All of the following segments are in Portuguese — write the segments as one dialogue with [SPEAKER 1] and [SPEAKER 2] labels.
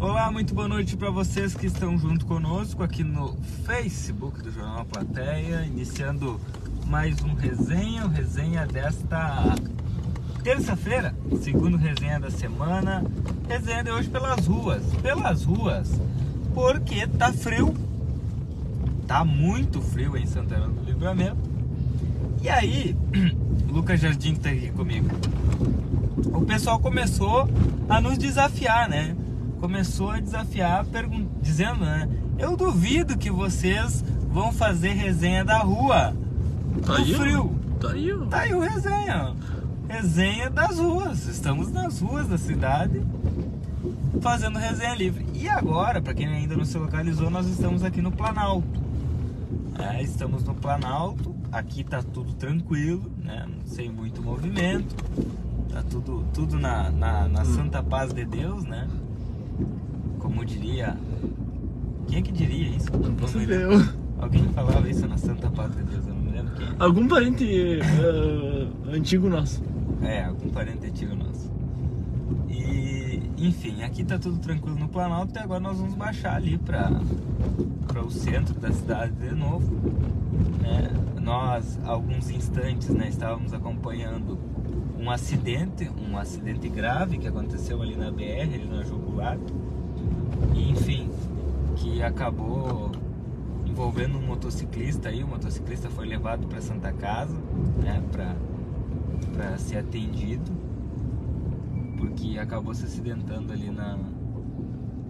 [SPEAKER 1] Olá, muito boa noite para vocês que estão junto conosco aqui no Facebook do Jornal Plateia, iniciando mais um resenha, o resenha desta terça-feira, segundo resenha da semana, resenha de hoje pelas ruas, pelas ruas, porque tá frio, tá muito frio em Santana do Livramento. E aí, Lucas Jardim que tá aqui comigo. O pessoal começou a nos desafiar, né? Começou a desafiar, pergun- dizendo, né? Eu duvido que vocês vão fazer resenha da rua.
[SPEAKER 2] Tá
[SPEAKER 1] no
[SPEAKER 2] aí, ó.
[SPEAKER 1] frio.
[SPEAKER 2] Tá aí, ó.
[SPEAKER 1] Tá aí o resenha. Resenha das ruas. Estamos nas ruas da cidade fazendo resenha livre. E agora, para quem ainda não se localizou, nós estamos aqui no Planalto. É, estamos no Planalto. Aqui tá tudo tranquilo, né? Sem muito movimento. Tá tudo, tudo na, na,
[SPEAKER 2] Hum.
[SPEAKER 1] na santa paz de Deus, né? Como diria. Quem é que diria isso?
[SPEAKER 2] Não posso
[SPEAKER 1] me
[SPEAKER 2] ver.
[SPEAKER 1] lembro. Alguém falava isso na Santa Paz de Deus, eu não me lembro quem.
[SPEAKER 2] Algum parente eh, antigo nosso.
[SPEAKER 1] É, algum parente antigo nosso. E, enfim, aqui tá tudo tranquilo no Planalto e agora nós vamos baixar ali pra, pra o centro da cidade de novo. né? Nós, há alguns instantes, né, estávamos acompanhando um acidente, um acidente grave que aconteceu ali na BR, ali na Jugular. E, enfim, que acabou envolvendo um motociclista aí, o motociclista foi levado para Santa Casa, né, para para ser atendido, porque acabou se acidentando ali na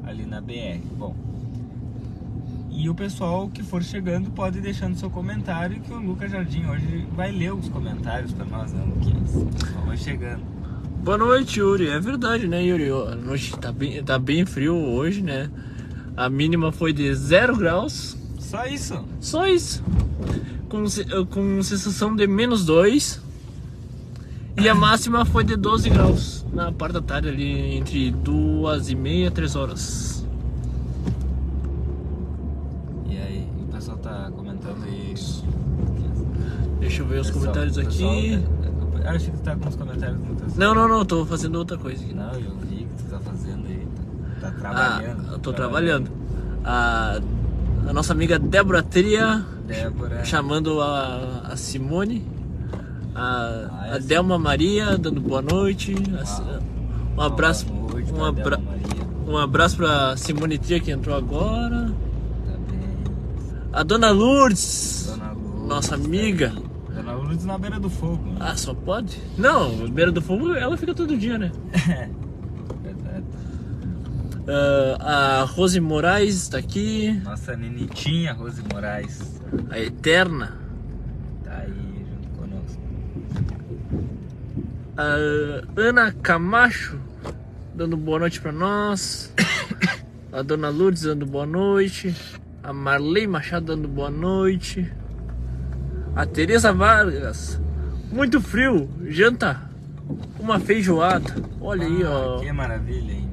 [SPEAKER 1] ali na BR. Bom. E o pessoal que for chegando pode ir deixando seu comentário que o Lucas Jardim hoje vai ler os comentários para nós, né, Luquinhas? O pessoal Vai chegando.
[SPEAKER 2] Boa noite, Yuri. É verdade, né, Yuri? Ó, A noite tá bem, tá bem frio hoje, né? A mínima foi de 0 graus.
[SPEAKER 1] Só isso.
[SPEAKER 2] Só isso. Com, se- eh, com sensação de menos 2. E a máxima foi de 12 graus. Na parte da tarde ali, entre 2 e meia, 3 horas.
[SPEAKER 1] E aí, o pessoal tá comentando aí.
[SPEAKER 2] Deixa eu ver os
[SPEAKER 1] Pessoal,
[SPEAKER 2] comentários
[SPEAKER 1] pessoal,
[SPEAKER 2] aqui.
[SPEAKER 1] é- é- acho que tu tá com os comentários no teu
[SPEAKER 2] Não, não, não, tô fazendo outra coisa aqui.
[SPEAKER 1] Não, eu vi que tu tá fazendo aí, tá, tá trabalhando.
[SPEAKER 2] Ah, eu tô trabalhando. A, a nossa amiga Débora Tria,
[SPEAKER 1] Débora.
[SPEAKER 2] chamando a, a Simone, a,
[SPEAKER 1] Ah,
[SPEAKER 2] a
[SPEAKER 1] essa.
[SPEAKER 2] Delma Maria, dando boa noite. a Si-
[SPEAKER 1] Ah.
[SPEAKER 2] um abraço,
[SPEAKER 1] Boa noite
[SPEAKER 2] um,
[SPEAKER 1] pra
[SPEAKER 2] abra,
[SPEAKER 1] Débora Maria.
[SPEAKER 2] um abraço pra Simone Tria que entrou agora.
[SPEAKER 1] Tá bem.
[SPEAKER 2] A Dona Lourdes,
[SPEAKER 1] Dona Lourdes.
[SPEAKER 2] nossa
[SPEAKER 1] tá
[SPEAKER 2] amiga.
[SPEAKER 1] aqui. Dona Lourdes na beira do fogo. né?
[SPEAKER 2] Ah, só pode? Não, Beira do Fogo ela fica todo dia, né?
[SPEAKER 1] Verdade.
[SPEAKER 2] Ah, a Rose Moraes tá aqui,
[SPEAKER 1] Nossa nenitinha Rose Moraes
[SPEAKER 2] a Eterna.
[SPEAKER 1] tá aí junto conosco.
[SPEAKER 2] a Ana Camacho dando boa noite pra nós, a Dona Lourdes dando boa noite, a Marley Machado dando boa noite, a Teresa Vargas, muito frio, janta uma feijoada, olha aí
[SPEAKER 1] Ah,
[SPEAKER 2] ó,
[SPEAKER 1] Que maravilha, hein?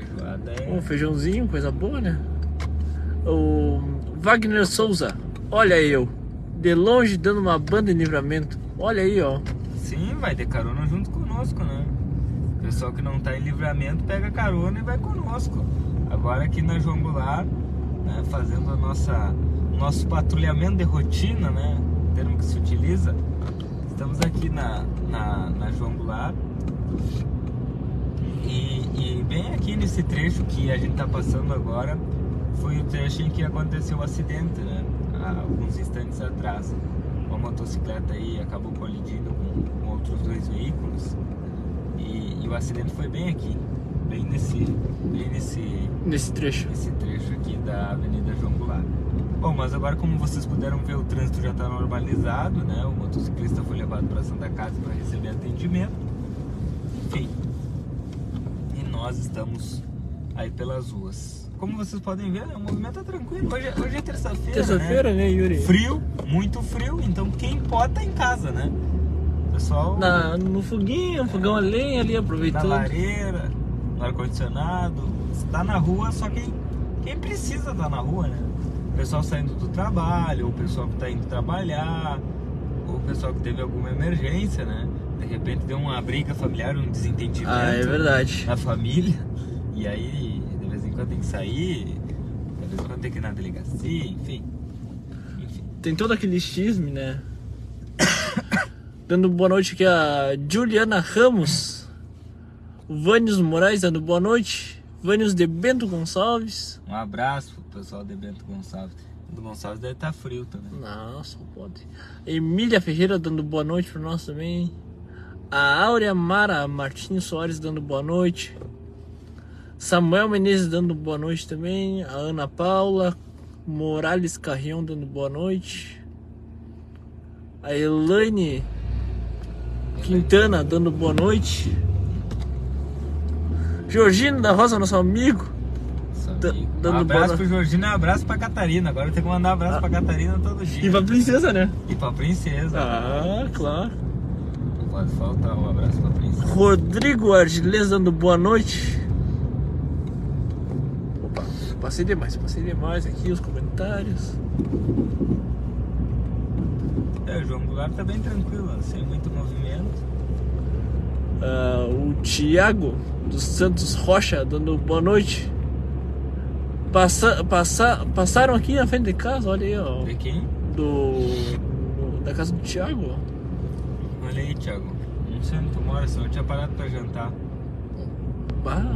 [SPEAKER 1] Feijoada é.
[SPEAKER 2] um feijãozinho, coisa boa né? O Wagner Souza, olha eu, de longe dando uma banda em livramento, olha aí ó.
[SPEAKER 1] Sim, vai ter carona junto conosco, né? O pessoal que não tá em livramento pega carona e vai conosco. Agora aqui na João Goulart, né, fazendo a nossa nosso patrulhamento de rotina, né? Termo que se utiliza. Estamos aqui na, na, na João Goulart. E, e bem aqui nesse trecho que a gente tá passando agora, foi o trecho em que aconteceu o acidente, né? Há alguns instantes atrás. Uma motocicleta aí acabou colidindo com, com outros dois veículos. E, e o acidente foi bem aqui, bem nesse, bem nesse
[SPEAKER 2] Nesse trecho.
[SPEAKER 1] esse trecho aqui da Avenida João Goulart. Bom, mas agora como vocês puderam ver, o trânsito já está normalizado, né? O motociclista foi levado para Santa Casa para receber atendimento. Enfim. E nós estamos aí pelas ruas. Como vocês podem ver, né, o movimento é tranquilo. Hoje, é- hoje é terça-feira, né?
[SPEAKER 2] Terça-feira, né, Yuri?
[SPEAKER 1] Frio, muito frio, então quem pode tá em casa, né? Pessoal
[SPEAKER 2] Na, no foguinho, um fogão a lenha ali,
[SPEAKER 1] na
[SPEAKER 2] aproveitando.
[SPEAKER 1] lareira, no ar-condicionado. Está na rua, só quem, quem precisa estar na rua, né? O pessoal saindo do tá trabalho, ou o pessoal que está indo trabalhar, ou o pessoal que teve alguma emergência, né? de repente deu uma briga familiar, um desentendimento
[SPEAKER 2] Ah, é verdade.
[SPEAKER 1] na família. E aí, de vez em quando tem que sair, de vez em quando tem que ir na delegacia, enfim. Enfim.
[SPEAKER 2] Tem todo aquele xisme, né? dando boa noite aqui a Juliana Ramos. O Vânios Moraes dando boa noite. Vânios de Bento Gonçalves.
[SPEAKER 1] Um abraço pro pessoal de Bento Gonçalves. O do Gonçalves deve estar frio também.
[SPEAKER 2] Não, só pode. Emília Ferreira dando boa noite pra nós também. A Áurea Mara Martins Soares dando boa noite. Samuel Menezes dando boa noite também. A Ana Paula Morales Carrião dando boa noite. A Elaine Quintana dando boa noite. Georgino da Rosa, nosso amigo.
[SPEAKER 1] Só
[SPEAKER 2] Dan-
[SPEAKER 1] amigo.
[SPEAKER 2] dando
[SPEAKER 1] um abraço
[SPEAKER 2] bola. Ah.
[SPEAKER 1] pro Jorginho e um abraço pra Catarina. Agora tem que mandar um abraço pra Catarina todo dia.
[SPEAKER 2] E pra princesa, né?
[SPEAKER 1] E pra princesa.
[SPEAKER 2] Ah, claro. Ah.
[SPEAKER 1] Não pode faltar um abraço pra princesa.
[SPEAKER 2] Rodrigo Argiles dando boa noite. Opa, passei demais, passei demais aqui os comentários.
[SPEAKER 1] É, o João Goulart tá bem tranquilo, sem muito movimento.
[SPEAKER 2] Ah, o Thiago dos Santos Rocha dando boa noite. Passa, passa, passaram aqui na frente de casa, olha aí, ó.
[SPEAKER 1] De quem?
[SPEAKER 2] Do, do- da casa do Thiago.
[SPEAKER 1] Olha aí, Thiago. Não sei onde tu mora, senão eu tinha parado pra jantar.
[SPEAKER 2] Bah.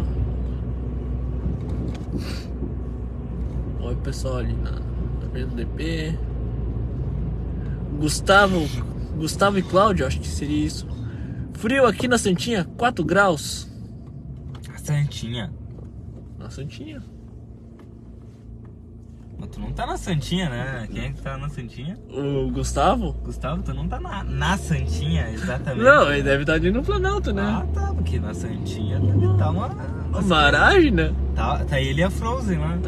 [SPEAKER 2] Olha o pessoal ali na, na frente do DP. Gustavo. Gustavo e Cláudio, acho que seria isso. Frio aqui na Santinha, 4 graus.
[SPEAKER 1] A Santinha.
[SPEAKER 2] Na Santinha?
[SPEAKER 1] Mas tu não tá na Santinha, né? Quem é que tá na Santinha?
[SPEAKER 2] O Gustavo?
[SPEAKER 1] Gustavo, tu não tá na, na Santinha, exatamente.
[SPEAKER 2] Não, ele deve estar ali no Planalto, né?
[SPEAKER 1] Ah, tá, porque na Santinha deve tá uma.
[SPEAKER 2] A Maragem, né?
[SPEAKER 1] Tá, tá ele e a Frozen lá.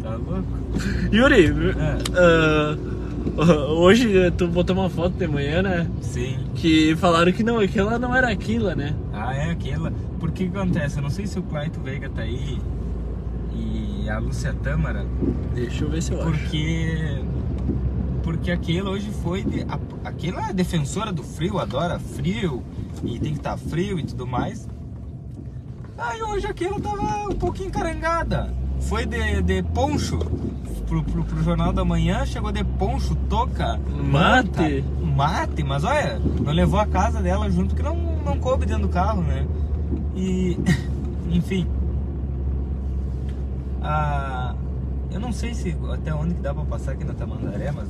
[SPEAKER 1] Tá louco?
[SPEAKER 2] Yuri,
[SPEAKER 1] É.
[SPEAKER 2] ah, hoje tu botou uma foto de manhã, né?
[SPEAKER 1] Sim.
[SPEAKER 2] Que falaram que não, é que ela não era aquilo, né?
[SPEAKER 1] Ah, é aquela. Por que que acontece? Eu não sei se o Claito Veiga tá aí e a Lúcia Tâmara.
[SPEAKER 2] Deixa eu ver se eu acho.
[SPEAKER 1] Porque. Porque aquela hoje foi. De, a, aquela é defensora do frio, adora frio e tem que estar frio e tudo mais. Aí hoje aquela tava um pouquinho encarangada. Foi de, de poncho pro, pro, pro Jornal da Manhã, chegou de poncho, toca,
[SPEAKER 2] Mate.
[SPEAKER 1] manta, mate, mas olha, não levou a casa dela junto que não, não coube dentro do carro, né? E. Enfim. Ah, eu não sei se até onde que dá pra passar aqui na Tamandaré, mas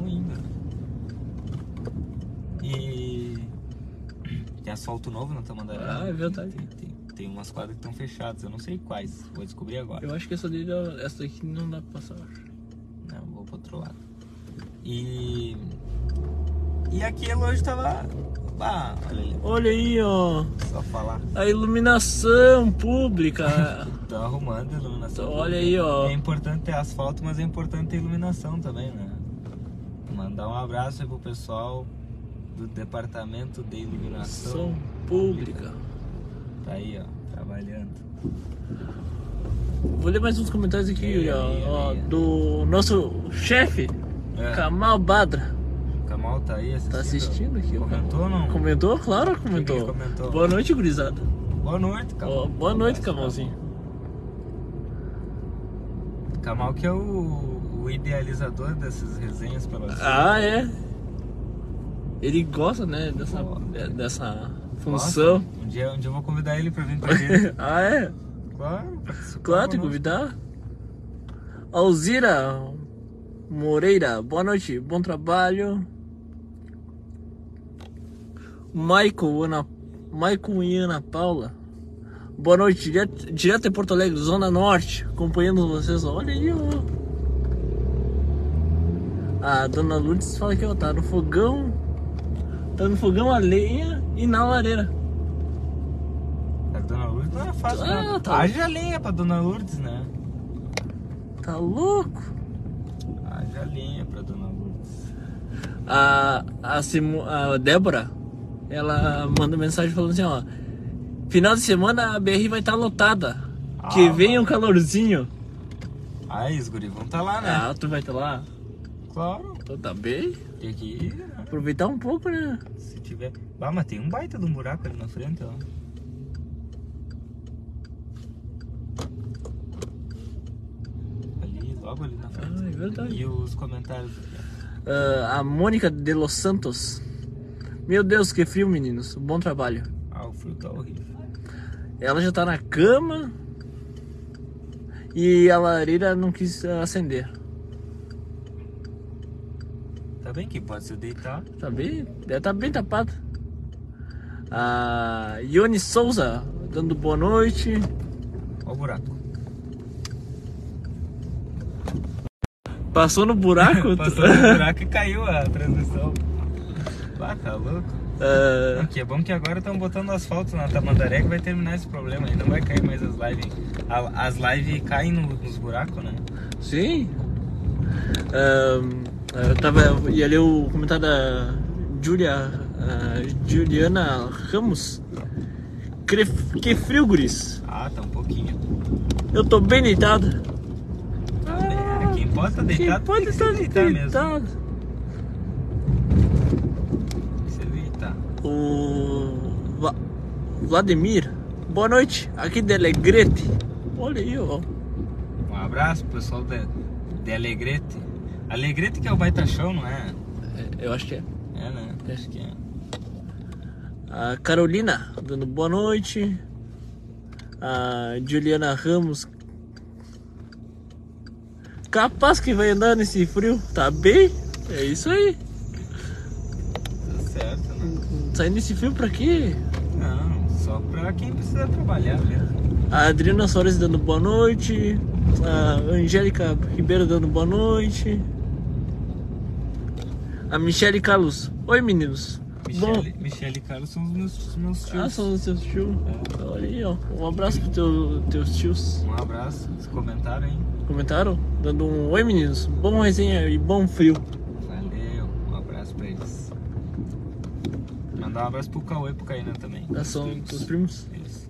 [SPEAKER 1] não indo. né? E tem asfalto novo na Tamandaré.
[SPEAKER 2] Ah, é verdade.
[SPEAKER 1] Tem, tem, tem umas quadras que estão fechadas, eu não sei quais, vou descobrir agora.
[SPEAKER 2] Eu acho que essa, dele, essa daqui não dá pra passar. eu acho.
[SPEAKER 1] Não, né? vou pro outro lado. E. E aquilo hoje tava. Ah, olha ali,
[SPEAKER 2] Olha aí, ó.
[SPEAKER 1] só falar.
[SPEAKER 2] A iluminação pública.
[SPEAKER 1] Tá arrumando a iluminação.
[SPEAKER 2] Então, olha aí, ó.
[SPEAKER 1] É importante ter asfalto, mas é importante ter iluminação também, né? Mandar um abraço aí pro pessoal do departamento de iluminação.
[SPEAKER 2] Iluminação pública.
[SPEAKER 1] Tá aí, ó, trabalhando.
[SPEAKER 2] Vou ler mais uns comentários aqui,
[SPEAKER 1] Leia,
[SPEAKER 2] ó,
[SPEAKER 1] leia,
[SPEAKER 2] ó,
[SPEAKER 1] leia.
[SPEAKER 2] Do nosso chefe,
[SPEAKER 1] É,
[SPEAKER 2] Kamal Badra.
[SPEAKER 1] o Kamal tá aí assistindo.
[SPEAKER 2] Tá assistindo aqui, ó.
[SPEAKER 1] Comentou ou não?
[SPEAKER 2] Comentou? Claro,
[SPEAKER 1] Ele
[SPEAKER 2] comentou.
[SPEAKER 1] comentou.
[SPEAKER 2] Boa noite, gurizada.
[SPEAKER 1] Boa noite, Kamal.
[SPEAKER 2] Ó, boa noite,
[SPEAKER 1] Kamalzinho.
[SPEAKER 2] Camalzinho.
[SPEAKER 1] Kamal que é o, o idealizador dessas resenhas pela
[SPEAKER 2] Ah, é. Ele gosta, né, dessa,
[SPEAKER 1] Ó.
[SPEAKER 2] de- dessa
[SPEAKER 1] Nossa,
[SPEAKER 2] função.
[SPEAKER 1] Um dia, um dia eu vou convidar ele pra vir pra gente.
[SPEAKER 2] ah, é.
[SPEAKER 1] claro, participar
[SPEAKER 2] Claro, tem
[SPEAKER 1] conosco.
[SPEAKER 2] que convidar. Alzira Moreira, boa noite, bom trabalho. Michael, Ana, Michael e Ana Paula, boa noite, direto, direto de Porto Alegre, Zona Norte, acompanhando vocês, olha aí, ó. A dona Lourdes fala que ó, tá no fogão, tá no fogão a lenha e na lareira.
[SPEAKER 1] A Dona Lourdes não é fácil,
[SPEAKER 2] Ah,
[SPEAKER 1] não.
[SPEAKER 2] tá.
[SPEAKER 1] Haja lenha pra Dona Lourdes, né?
[SPEAKER 2] Tá louco?
[SPEAKER 1] Haja lenha pra Dona Lourdes.
[SPEAKER 2] A, a, Simo- a Débora, ela manda mensagem falando assim, ó. Final de semana a BR vai estar lotada. Que
[SPEAKER 1] Ah,
[SPEAKER 2] venha um
[SPEAKER 1] mano.
[SPEAKER 2] calorzinho.
[SPEAKER 1] Aí, os guri vão tá lá, né?
[SPEAKER 2] Ah, tu vai estar lá?
[SPEAKER 1] Claro,
[SPEAKER 2] Então tá bem.
[SPEAKER 1] tem que ir, né?
[SPEAKER 2] Aproveitar um pouco, né?
[SPEAKER 1] Se tiver. Ah, mas tem um baita de um buraco ali na frente, ó. Ali, logo ali na frente.
[SPEAKER 2] Ah, é verdade.
[SPEAKER 1] E os comentários aqui.
[SPEAKER 2] Ah, a Mônica de Los Santos. Meu Deus, que frio, meninos. Bom trabalho.
[SPEAKER 1] ó. Ah, o frio tá horrível.
[SPEAKER 2] Ela já tá na cama. E a lareira não quis ah, acender.
[SPEAKER 1] Tá bem que pode se deitar.
[SPEAKER 2] Tá bem, deve tá bem tapada. A Ione Souza dando boa noite.
[SPEAKER 1] Ó o buraco.
[SPEAKER 2] Passou no buraco?
[SPEAKER 1] Passou no buraco e caiu a transmissão. Ah, tá louco.
[SPEAKER 2] Ah,
[SPEAKER 1] Aqui, é bom que agora estão botando asfalto na Tamandaré que vai terminar esse problema aí. Não vai cair mais as lives. A- As lives caem no- nos buracos, né?
[SPEAKER 2] sim. Ah, eu tava. E ali o comentário da Julia, ah, Juliana Ramos. Cref- Que frio, guris.
[SPEAKER 1] Ah, tá um pouquinho.
[SPEAKER 2] Eu tô bem deitada.
[SPEAKER 1] É, quem pode tá
[SPEAKER 2] Quem
[SPEAKER 1] deitado
[SPEAKER 2] pode
[SPEAKER 1] tem que
[SPEAKER 2] estar
[SPEAKER 1] se deitar mesmo.
[SPEAKER 2] deitado?
[SPEAKER 1] Tem que Se deitar.
[SPEAKER 2] O Va- Vladimir, boa noite, aqui de Alegrete. Olha aí, ó.
[SPEAKER 1] Um abraço pro pessoal de, de Alegrete. Alegrete que é o baita show, não é?
[SPEAKER 2] É, Eu acho que é.
[SPEAKER 1] É, né? Acho que é.
[SPEAKER 2] A Carolina, dando boa noite. A Juliana Ramos. Capaz que vai andar nesse frio, tá bem? É isso aí.
[SPEAKER 1] Tá certo, né?
[SPEAKER 2] Sair nesse frio pra quê?
[SPEAKER 1] Não, só pra quem precisa trabalhar mesmo.
[SPEAKER 2] A Adriana Soares dando boa noite. A Angélica Ribeiro dando boa noite. A Michele Carlos. Oi, meninos.
[SPEAKER 1] Michele, Michele e Carlos são os meus, os meus
[SPEAKER 2] Bom,
[SPEAKER 1] tios. É.
[SPEAKER 2] ah, são os seus tios. Olha aí, ó. Um abraço pros teu, teus tios.
[SPEAKER 1] Um abraço, se comentaram, hein?
[SPEAKER 2] Comentaram? Dando um oi, meninos. Bom resenha e bom frio.
[SPEAKER 1] Valeu, um abraço pra eles. Mandar um abraço pro Cauê e pro Kainan também.
[SPEAKER 2] Ah, são
[SPEAKER 1] Eles.
[SPEAKER 2] teus primos.
[SPEAKER 1] Eles.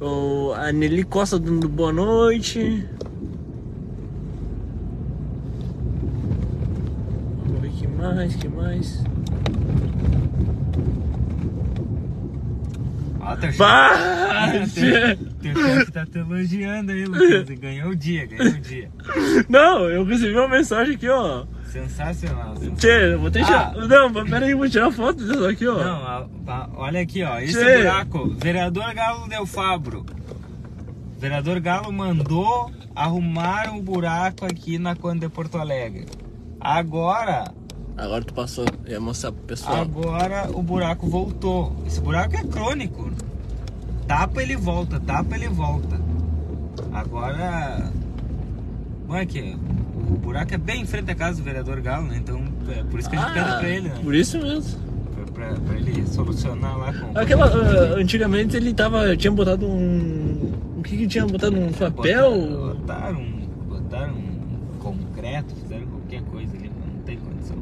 [SPEAKER 2] O, a Nelly Costa dando boa noite. Vamos ver que mais, que mais.
[SPEAKER 1] Ó, teu
[SPEAKER 2] Bah!
[SPEAKER 1] chefe- teu chefe tá te elogiando aí, Lucas. e Ganhou o dia, ganhou o dia.
[SPEAKER 2] Não, eu recebi uma mensagem aqui, ó.
[SPEAKER 1] Sensacional. sensacional.
[SPEAKER 2] Tchê, eu vou ter que
[SPEAKER 1] Ah.
[SPEAKER 2] tirar. Não, mas pera aí, eu vou tirar foto disso aqui, ó.
[SPEAKER 1] Não, a- a- olha aqui, ó. Esse
[SPEAKER 2] Tchê.
[SPEAKER 1] buraco. Vereador Galo Del Fabro. Vereador Galo mandou arrumar um buraco aqui na Conde de Porto Alegre. Agora,
[SPEAKER 2] Agora tu passou, ia mostrar pro
[SPEAKER 1] Ah,
[SPEAKER 2] pessoal.
[SPEAKER 1] Agora o buraco voltou. Esse buraco é crônico. Tapa ele volta, tapa ele volta. Agora. Bom, é que o buraco é bem em frente à casa do vereador Galo, né? Então é por isso que a gente
[SPEAKER 2] Ah.
[SPEAKER 1] pede pra ele, né?
[SPEAKER 2] Por isso mesmo.
[SPEAKER 1] Pra, pra- pra ele solucionar lá com.
[SPEAKER 2] Aquela, ah, antigamente ele tava, tinha botado um... O que que tinha botado? Um papel?
[SPEAKER 1] Botaram, botaram, um- botaram um concreto, fizeram qualquer coisa ali, mas não tem condição.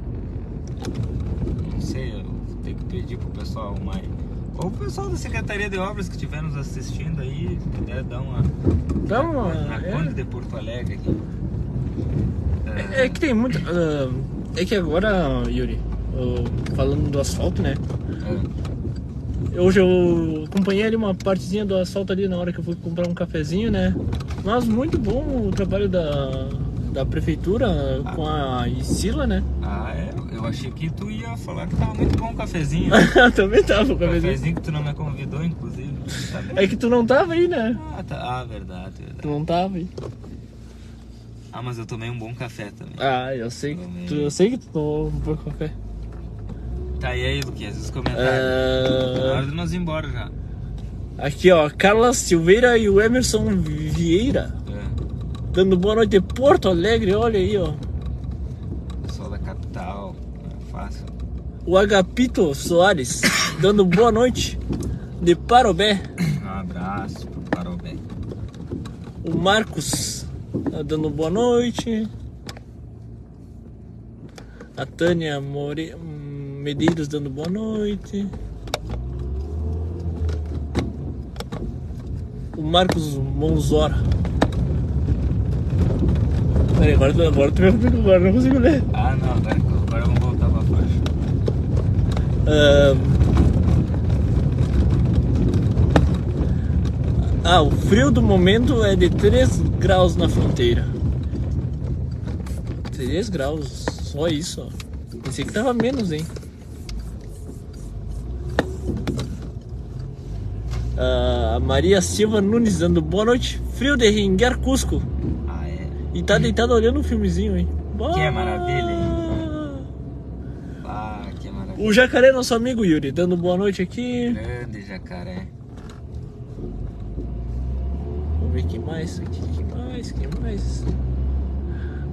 [SPEAKER 1] Não sei, eu vou ter que pedir pro pessoal mais. Ou o pessoal da Secretaria de Obras que estiver nos assistindo aí, se puder dar uma.
[SPEAKER 2] Dá uma-
[SPEAKER 1] Na
[SPEAKER 2] é.
[SPEAKER 1] Conde de Porto Alegre aqui.
[SPEAKER 2] É, é que tem muito... ah, é que agora, Yuri, oh, falando do asfalto, né?
[SPEAKER 1] É,
[SPEAKER 2] Hoje eu acompanhei ali uma partezinha do asfalto ali na hora que eu fui comprar um cafezinho, né? Mas muito bom o trabalho da, da prefeitura com a Isila, né?
[SPEAKER 1] Ah, é. Eu achei que tu ia falar que tava muito bom o cafezinho.
[SPEAKER 2] Também tava o
[SPEAKER 1] O
[SPEAKER 2] cafezinho.
[SPEAKER 1] cafezinho que tu não me convidou, inclusive. Tá bem.
[SPEAKER 2] É que tu não tava aí, né?
[SPEAKER 1] Ah, tá. ah, verdade, verdade.
[SPEAKER 2] Tu não tava aí.
[SPEAKER 1] Ah, mas eu tomei um bom café também.
[SPEAKER 2] Ah, eu sei que tu, eu sei que tu tomou um café.
[SPEAKER 1] Tá, e aí, Luquinhas, os comentários. Na
[SPEAKER 2] Ah,
[SPEAKER 1] hora de nós ir embora já.
[SPEAKER 2] aqui ó, Carla Silveira e o Emerson Vieira
[SPEAKER 1] É,
[SPEAKER 2] dando boa noite de Porto Alegre, olha aí ó.
[SPEAKER 1] pessoal da capital, não é fácil.
[SPEAKER 2] O Agapito Soares dando boa noite de Parobé.
[SPEAKER 1] Um abraço pro Parobé.
[SPEAKER 2] O Marcos tá dando boa noite. A Tânia More... Medeiros dando boa noite. O Marcos Monzora. Peraí, agora, tu- agora tu me complicou, agora eu não consigo ler.
[SPEAKER 1] Ah, não, agora, agora vamos voltar pra faixa.
[SPEAKER 2] Ahn. Ah, o frio do momento é de 3 graus na fronteira. 3 graus, só isso. ó. Pensei que tava menos, hein? Ah, Maria Silva Nunes dando boa noite. Frio de Ringuer Cusco.
[SPEAKER 1] Ah, é.
[SPEAKER 2] E tá deitada olhando um filmezinho, hein?
[SPEAKER 1] Que
[SPEAKER 2] Bah!
[SPEAKER 1] maravilha, Ah, que maravilha.
[SPEAKER 2] O jacaré é nosso amigo Yuri, dando boa noite aqui.
[SPEAKER 1] Grande jacaré.
[SPEAKER 2] Vamos ver quem mais, quem mais, quem mais.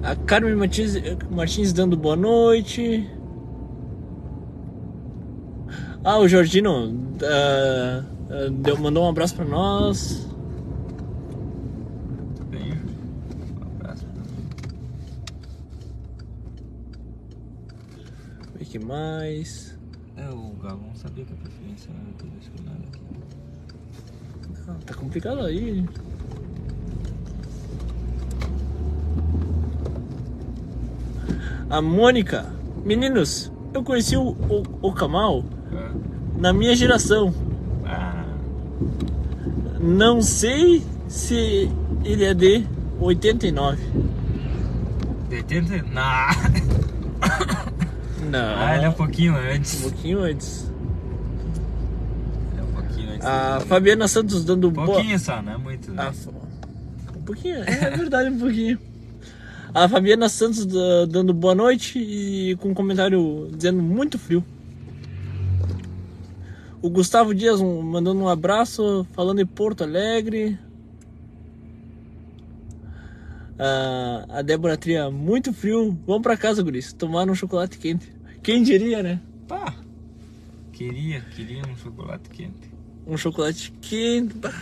[SPEAKER 2] A Carmen Martins, Martins dando boa noite. Ah, o Jorginho ah, ah, deu, mandou um abraço pra nós.
[SPEAKER 1] Bem, um abraço pra mim.
[SPEAKER 2] Vamos ver quem mais.
[SPEAKER 1] É, o Galvão sabia que a preferência não era tudo discriminada aqui.
[SPEAKER 2] Ah, tá complicado aí. A Mônica. Meninos, eu conheci o, o, o Kamal na minha geração.
[SPEAKER 1] É. Ah,
[SPEAKER 2] Não sei se ele é de 89.
[SPEAKER 1] de 80? Nah.
[SPEAKER 2] Não.
[SPEAKER 1] Ah, ele é um pouquinho
[SPEAKER 2] Um
[SPEAKER 1] antes.
[SPEAKER 2] pouquinho antes.
[SPEAKER 1] É um pouquinho antes.
[SPEAKER 2] A Fabiana Santos dando
[SPEAKER 1] Um
[SPEAKER 2] Ah, boa.
[SPEAKER 1] pouquinho só, não é muito. né?
[SPEAKER 2] Ah, fa- um pouquinho, é verdade, um pouquinho. A Fabiana Santos da- dando boa noite e com um comentário dizendo muito frio. O Gustavo Dias um- mandando um abraço, falando em Porto Alegre. Ah, a Débora Tria, muito frio. Vamos pra casa, guris, tomar um chocolate quente. Quem diria, né?
[SPEAKER 1] Pá. Queria, queria um chocolate quente.
[SPEAKER 2] Um chocolate quente. bah.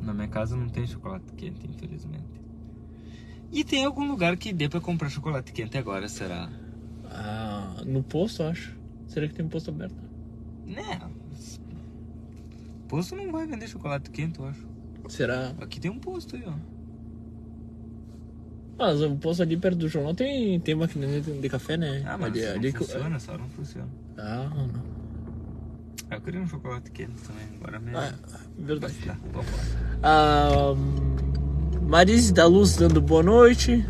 [SPEAKER 1] Na minha casa não tem chocolate quente, infelizmente. E tem algum lugar que dê pra comprar chocolate quente agora, será?
[SPEAKER 2] Ah, no posto, acho. Será que tem um posto aberto?
[SPEAKER 1] Né? mas- Posto não vai vender chocolate quente, eu acho.
[SPEAKER 2] Será?
[SPEAKER 1] Aqui tem um posto aí, ó.
[SPEAKER 2] Mas o posto ali perto do jornal tem, tem máquina de café, né?
[SPEAKER 1] Ah, mas
[SPEAKER 2] ali,
[SPEAKER 1] não
[SPEAKER 2] ali que-
[SPEAKER 1] funciona, só não funciona.
[SPEAKER 2] Ah, não.
[SPEAKER 1] Eu queria um chocolate quente também, agora mesmo.
[SPEAKER 2] Ah, verdade.
[SPEAKER 1] Tá, vambora.
[SPEAKER 2] A Marise da Luz dando boa noite.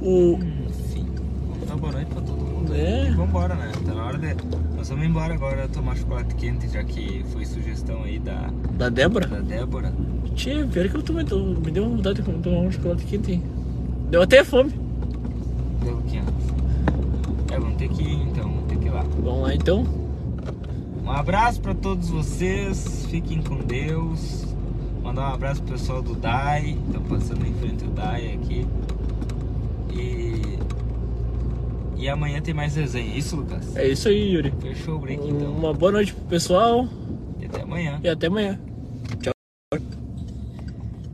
[SPEAKER 2] O.
[SPEAKER 1] Enfim, Hum, vamos dar boa noite pra todo mundo.
[SPEAKER 2] É.
[SPEAKER 1] E Vambora, né? Tá na hora de. Nós vamos embora agora tomar chocolate quente, já que foi sugestão aí da,
[SPEAKER 2] Da Débora?
[SPEAKER 1] da Débora.
[SPEAKER 2] Tchê, pior que eu também tô. Me deu uma vontade de comer- tomar um chocolate quente. hein? Deu até fome.
[SPEAKER 1] Deu o quê? É, vamos ter que ir então, vamos ter que ir lá.
[SPEAKER 2] Vamos lá então.
[SPEAKER 1] Um abraço pra todos vocês, fiquem com Deus. Mandar um abraço pro pessoal do DAI, estão passando em frente ao DAI aqui. E. E amanhã tem mais resenha, é isso, Lucas?
[SPEAKER 2] É isso aí, Yuri.
[SPEAKER 1] Fechou o break então.
[SPEAKER 2] Uma boa noite pro pessoal
[SPEAKER 1] E até amanhã.
[SPEAKER 2] e até amanhã.